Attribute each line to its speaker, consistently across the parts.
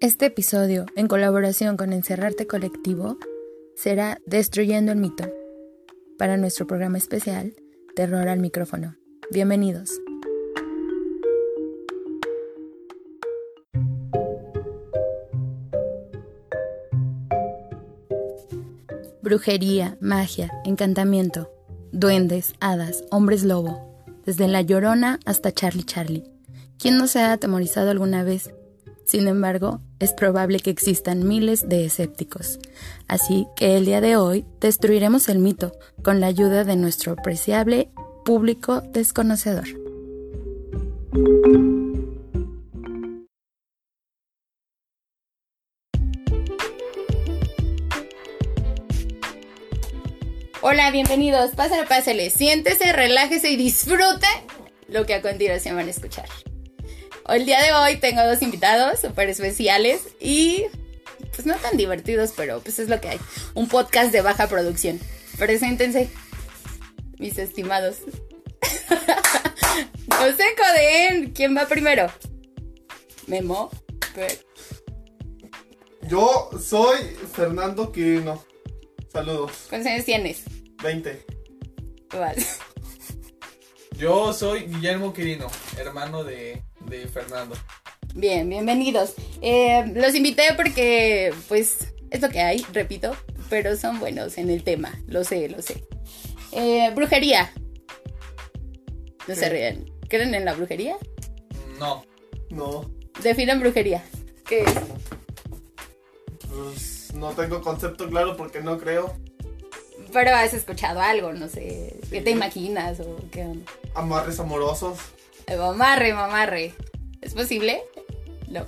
Speaker 1: Este episodio, en colaboración con Encerrarte Colectivo, será Destruyendo el Mito, para nuestro programa especial, Terror al Micrófono. Bienvenidos. Brujería, magia, encantamiento, duendes, hadas, hombres lobo, desde La Llorona hasta Charlie Charlie. ¿Quién no se ha atemorizado alguna vez? Sin embargo, es probable que existan miles de escépticos. Así que el día de hoy destruiremos el mito con la ayuda de nuestro apreciable público desconocedor.
Speaker 2: Hola, bienvenidos. Pásale, pásale. Siéntese, relájese y disfrute lo que a continuación van a escuchar. El día de hoy tengo dos invitados súper especiales y pues no tan divertidos, pero pues es lo que hay. Un podcast de baja producción. Preséntense, mis estimados. José Coden, ¿quién va primero? Memo. Per-
Speaker 3: Yo soy Fernando Quirino. Saludos.
Speaker 2: ¿Cuántos años tienes?
Speaker 3: 20.
Speaker 2: Vas.
Speaker 4: Yo soy Guillermo Quirino, hermano de, de Fernando.
Speaker 2: Bien, bienvenidos. Eh, los invité porque, pues, es lo que hay, repito, pero son buenos en el tema, lo sé, lo sé. Eh, brujería. No se
Speaker 3: Sí.
Speaker 2: ríen. ¿Creen en la brujería?
Speaker 4: No,
Speaker 3: No.
Speaker 2: Definan brujería. ¿Qué es?
Speaker 3: Pues no tengo concepto claro porque no creo.
Speaker 2: Pero has escuchado algo, no sé. ¿Qué te
Speaker 3: Sí.
Speaker 2: imaginas o qué onda?
Speaker 3: Amarres amorosos.
Speaker 2: Eh, Mamarre, mamarre. ¿Es posible? No.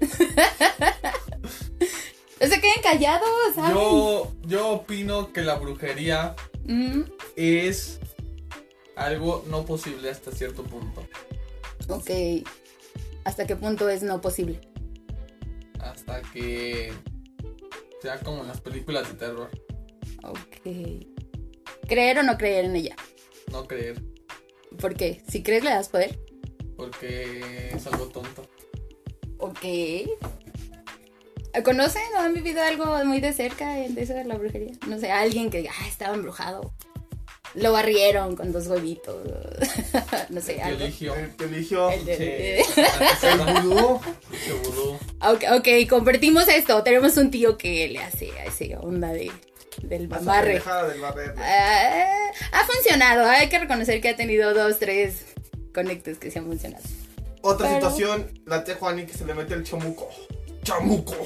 Speaker 2: no se queden callados, ¿saben?
Speaker 4: yo, yo opino que la brujería
Speaker 2: Mm,
Speaker 4: es algo no posible hasta cierto punto.
Speaker 2: ok. ¿Hasta qué punto es no posible?
Speaker 4: Hasta que sea como en las películas de terror,
Speaker 2: Ok. ¿Creer o no creer en ella?
Speaker 4: no creer,
Speaker 2: ¿Por qué? Si crees le das poder.
Speaker 4: porque es algo tonto.
Speaker 2: Ok. ¿Conocen o han vivido algo muy de cerca de eso de la brujería? No sé, alguien que diga, ah, estaba embrujado. Lo barrieron con dos huevitos. no sé,
Speaker 4: El
Speaker 2: algo.
Speaker 4: religio.
Speaker 3: El que eligió.
Speaker 2: El
Speaker 3: El
Speaker 2: de-
Speaker 4: Sí,
Speaker 3: el
Speaker 4: artesano,
Speaker 3: vudú.
Speaker 4: el Ah, vudú.
Speaker 2: Ok, ok, convertimos esto. Tenemos un tío que le hace a esa onda de, del
Speaker 3: Esa
Speaker 2: mamarre.
Speaker 3: pendejada del barrete.
Speaker 2: Ah, ha funcionado, hay que reconocer que ha tenido dos, tres conectos que se han funcionado.
Speaker 3: Otra
Speaker 2: pero-
Speaker 3: situación, la tía Juani que se le mete el chamuco. ¡Chamuco!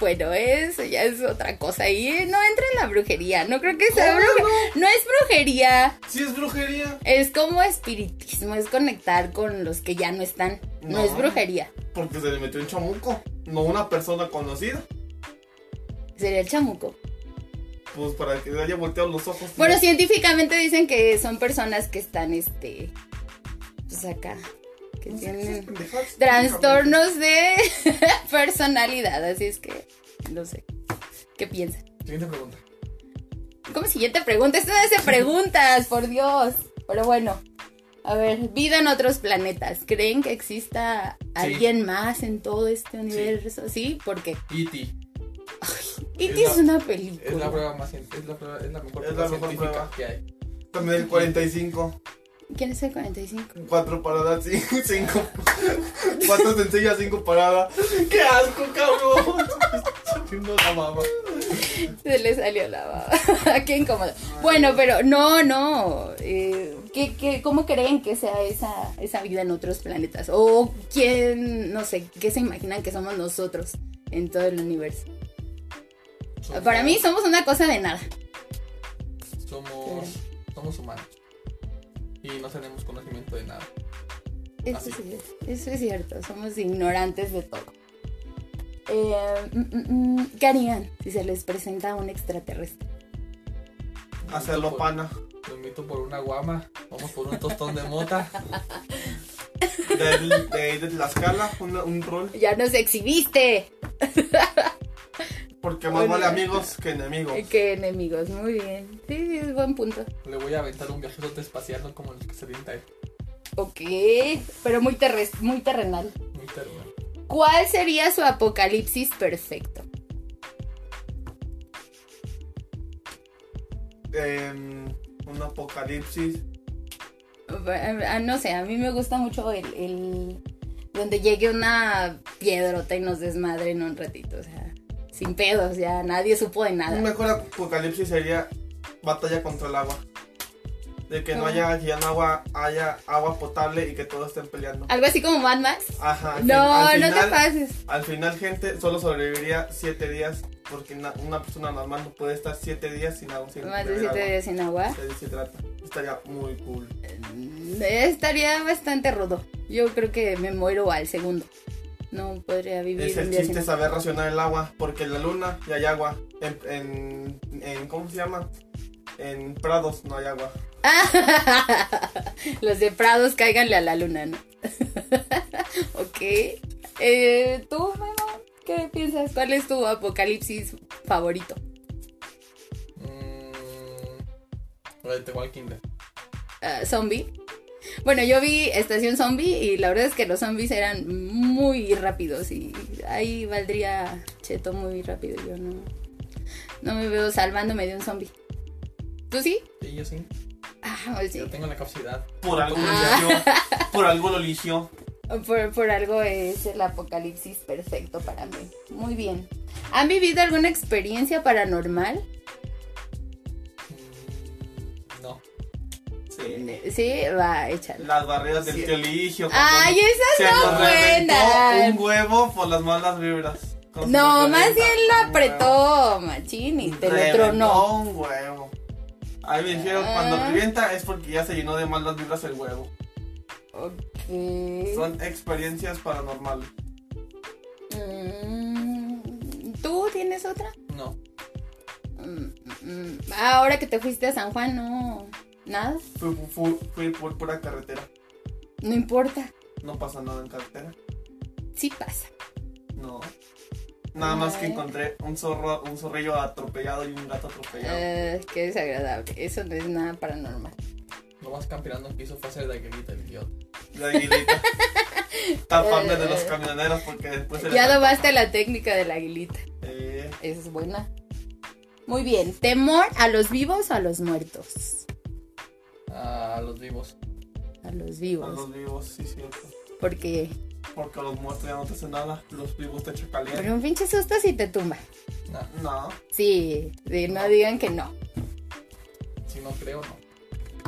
Speaker 2: Bueno, eso ya es otra cosa y no entra en la brujería, no creo que sea brujería. No es brujería,
Speaker 3: Si es brujería.
Speaker 2: es como espiritismo, es conectar con los que ya no están. No,
Speaker 3: No.
Speaker 2: es brujería,
Speaker 3: Porque se le metió un chamuco. No una persona conocida.
Speaker 2: sería el chamuco.
Speaker 3: Pues para que le haya volteado los ojos.
Speaker 2: Bueno, científicamente dicen que son personas que están, este, pues acá, que
Speaker 3: No sé qué esas
Speaker 2: tienen...
Speaker 3: pendejadas.
Speaker 2: trastornos de personalidad. Así es que, no sé. ¿Qué piensan?
Speaker 4: Siguiente pregunta.
Speaker 2: ¿Cómo siguiente pregunta? Esto no hace preguntas, por Dios. Pero bueno. A ver, vida en otros planetas. ¿Creen que exista alguien más en todo este universo? ¿Sí? ¿Por qué?
Speaker 4: E.T.
Speaker 2: E.T.
Speaker 4: la-
Speaker 2: es, una
Speaker 4: E Es la
Speaker 2: película.
Speaker 4: prueba más cien- es la, prueba- es la mejor
Speaker 3: Es la
Speaker 4: prueba
Speaker 3: mejor
Speaker 4: científica
Speaker 3: prueba.
Speaker 4: que hay.
Speaker 3: También el 45.
Speaker 2: ¿Quién es el 45?
Speaker 3: 4 paradas, 5. 4 sencillas, 5 paradas. ¡Qué asco, cabrón!
Speaker 4: No la mama.
Speaker 2: Se le salió la baba. qué incómodo. Bueno, pero no, no. Eh, ¿qué- qué- cómo creen que sea esa, esa vida en otros planetas? O quién, no sé, qué se imaginan que somos nosotros en todo el universo.
Speaker 4: Somos-
Speaker 2: Para mí somos una cosa de nada.
Speaker 4: Somos, somos humanos. Y no tenemos conocimiento de nada.
Speaker 2: Eso,
Speaker 4: Así.
Speaker 2: sí es, eso es cierto, somos ignorantes de todo. Eh, mm, mm, mm, ¿Qué harían si se les presenta un extraterrestre?
Speaker 3: Hacerlo pana.
Speaker 4: Lo invito por una guama, vamos por un tostón de mota.
Speaker 3: De, ahí- de ahí de Tlaxcala, una- un rol.
Speaker 2: Ya nos exhibiste.
Speaker 3: Porque más
Speaker 2: Bueno. eh,
Speaker 3: vale amigos que enemigos.
Speaker 2: Qué enemigos, muy bien. Sí, sí, es buen punto.
Speaker 4: Le voy a aventar un viajezote espacial, no como el que se avienta él.
Speaker 2: Ok, pero muy, terres- muy terrenal.
Speaker 4: Muy terrible.
Speaker 2: ¿Cuál sería su apocalipsis perfecto?
Speaker 3: Em, un apocalipsis.
Speaker 2: Ah, No sé, a mí me gusta mucho el, el- donde llegue una piedrota y nos desmadre en un ratito, o sea, sin pedos, ya nadie supo de
Speaker 3: Un
Speaker 2: nada.
Speaker 3: mejor apocalipsis sería batalla contra el agua. De
Speaker 2: Ah.
Speaker 3: que no haya ya no agua, haya agua potable y que todos estén peleando.
Speaker 2: Algo así como Mad Max.
Speaker 3: Ajá. Ah, al fin-
Speaker 2: No,
Speaker 3: al
Speaker 2: no te
Speaker 3: final-
Speaker 2: pases.
Speaker 3: Al final, gente, solo sobreviviría 7 días porque na- una persona normal no puede estar 7 días sin agua. Sin
Speaker 2: Más de
Speaker 3: beber
Speaker 2: siete
Speaker 3: agua.
Speaker 2: días sin agua.
Speaker 3: De eso se trata. Estaría muy cool.
Speaker 2: Mm, Estaría bastante rudo. Yo creo que me muero al segundo. No podría vivir
Speaker 3: Es el
Speaker 2: un día sin
Speaker 3: chiste
Speaker 2: agua.
Speaker 3: saber racionar el agua porque en la luna ya hay agua. En, en, en- ¿Cómo se llama? En prados no hay agua.
Speaker 2: Los de Prados cáiganle a la luna, ¿no? ok. Eh, ¿Tú, Memo, qué piensas? ¿Cuál es tu apocalipsis favorito?
Speaker 4: Mmm. Mm, The Walking Dead.
Speaker 2: Ah, ¿Zombie? Bueno, yo vi Estación Zombie y la verdad es que los zombies eran muy rápidos y ahí valdría cheto muy rápido. Yo no, no me veo salvándome de un zombie. ¿Tú sí?
Speaker 4: Sí, yo sí.
Speaker 2: Ah, pues sí.
Speaker 4: Yo tengo la capacidad.
Speaker 3: Por algo lo eligió. Por algo lo eligió.
Speaker 2: Por, por algo es el apocalipsis perfecto para mí. Muy bien. ¿Han vivido alguna experiencia paranormal?
Speaker 4: Mm, No.
Speaker 3: Sí.
Speaker 2: Sí, va, échalo.
Speaker 3: Las barreras del
Speaker 4: Sí.
Speaker 3: tío Eligio. cuando
Speaker 2: ¡Ay,
Speaker 3: se
Speaker 2: esas
Speaker 3: nos
Speaker 2: son
Speaker 3: reventó
Speaker 2: buenas!
Speaker 3: Un huevo por las malas vibras. Con sus
Speaker 2: No, más
Speaker 3: reventas.
Speaker 2: bien lo
Speaker 3: Un huevo.
Speaker 2: apretó, machín, y te lo
Speaker 3: Reventó
Speaker 2: tronó.
Speaker 3: un huevo. Ahí me dijeron, cuando
Speaker 2: Ah.
Speaker 3: revienta es porque ya se llenó de malas vibras el huevo.
Speaker 2: Ok.
Speaker 3: Son experiencias paranormales.
Speaker 2: Mm, ¿Tú tienes otra?
Speaker 4: No.
Speaker 2: Mm, mm, Ahora que te fuiste a San Juan, no. Nada,
Speaker 3: Fui, fui- fui por pura carretera.
Speaker 2: no importa.
Speaker 3: No pasa nada en carretera.
Speaker 2: Sí pasa.
Speaker 3: No. Nada más que
Speaker 2: Ay.
Speaker 3: encontré un zorro, un zorrillo atropellado y un gato atropellado.
Speaker 2: Eh, qué desagradable. Eso no es nada paranormal.
Speaker 4: Lo más campeando que hizo fue hacer la guerrita, el idiota.
Speaker 3: La aguilita. Taparle de los camioneros porque después se le
Speaker 2: Eh. Ya
Speaker 3: da-
Speaker 2: dobaste la técnica de la aguilita.
Speaker 3: Eh,
Speaker 2: Esa es buena. Muy bien. ¿Temor a los vivos o a los muertos?
Speaker 4: A los vivos.
Speaker 2: A los
Speaker 3: a
Speaker 2: vivos.
Speaker 3: los vivos, sí, cierto.
Speaker 2: Porque.
Speaker 3: Porque los muertos ya no te hacen nada. Los vivos te echan caliente.
Speaker 2: Pero un pinche susto si te tumba.
Speaker 4: Nah.
Speaker 3: No.
Speaker 2: Sí, de- no digan que no.
Speaker 4: Si no creo, no.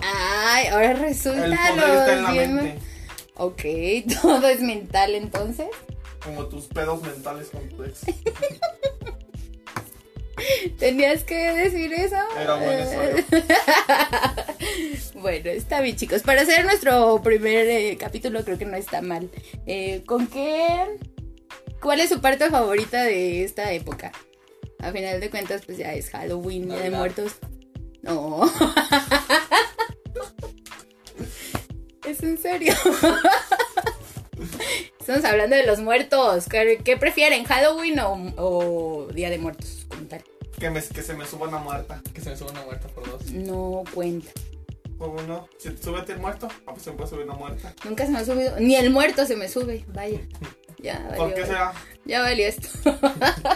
Speaker 2: Ay, ahora
Speaker 3: El
Speaker 2: resulta
Speaker 3: poder
Speaker 2: los
Speaker 3: está en la
Speaker 2: bien-
Speaker 3: mente.
Speaker 2: Ok, todo es mental entonces.
Speaker 3: Como tus pedos mentales con tu ex.
Speaker 2: ¿Tenías que decir eso?
Speaker 3: Era buen
Speaker 2: Eh.
Speaker 3: usuario.
Speaker 2: Bueno, está bien, chicos. Para hacer nuestro primer eh, capítulo, creo que no está mal. Eh, ¿Con qué? ¿Cuál es su parte favorita de esta época? A final de cuentas, pues ya es Halloween, Día de
Speaker 4: Navidad.
Speaker 2: Muertos. No. es en serio. Estamos hablando de los muertos. ¿Qué qué prefieren, Halloween o, o Día de Muertos? Como tal.
Speaker 3: Que, me, que se me suba una muerta.
Speaker 4: Que se me suba una muerta por dos.
Speaker 2: No cuenta.
Speaker 3: ¿Cómo no? Si- Súbete el muerto. Ah, pues se me puede subir una muerta.
Speaker 2: Nunca se me ha subido. Ni el muerto se me sube. Vaya. Ya
Speaker 3: ¿Por
Speaker 2: valió.
Speaker 3: qué será?
Speaker 2: Ya valió esto.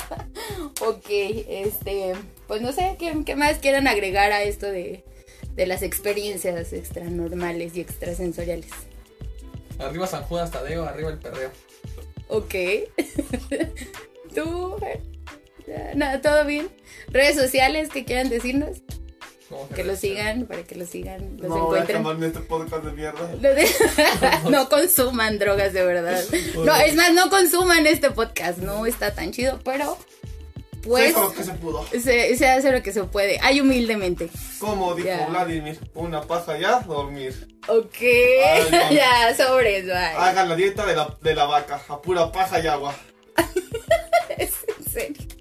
Speaker 2: ok, este. Pues no sé ¿qué, qué más quieran agregar a esto de, de las experiencias extranormales y extrasensoriales.
Speaker 4: Arriba San Judas Tadeo, arriba el perreo.
Speaker 2: Ok. Tú. Fer? Ya, Nada, todo bien. Redes sociales que quieran decirnos.
Speaker 4: ¿Cómo
Speaker 2: Que lo
Speaker 4: reacciona?
Speaker 2: sigan, para que lo sigan, los
Speaker 3: No voy a
Speaker 2: encuentren.
Speaker 3: llamarme este podcast de mierda.
Speaker 2: Lo de- no consuman drogas de verdad. No, es más, no consuman este podcast. No está tan chido, pero
Speaker 3: Pues...
Speaker 2: pues
Speaker 3: como que se pudo.
Speaker 2: se, se hace lo que se puede. Ay, humildemente.
Speaker 3: Como dijo
Speaker 2: Ya.
Speaker 3: Vladimir, una paja ya, dormir.
Speaker 2: Ok,
Speaker 3: no.
Speaker 2: ya, sobres, bye.
Speaker 3: Hagan la dieta de la, de la vaca, a pura paja y agua.
Speaker 2: Es en serio.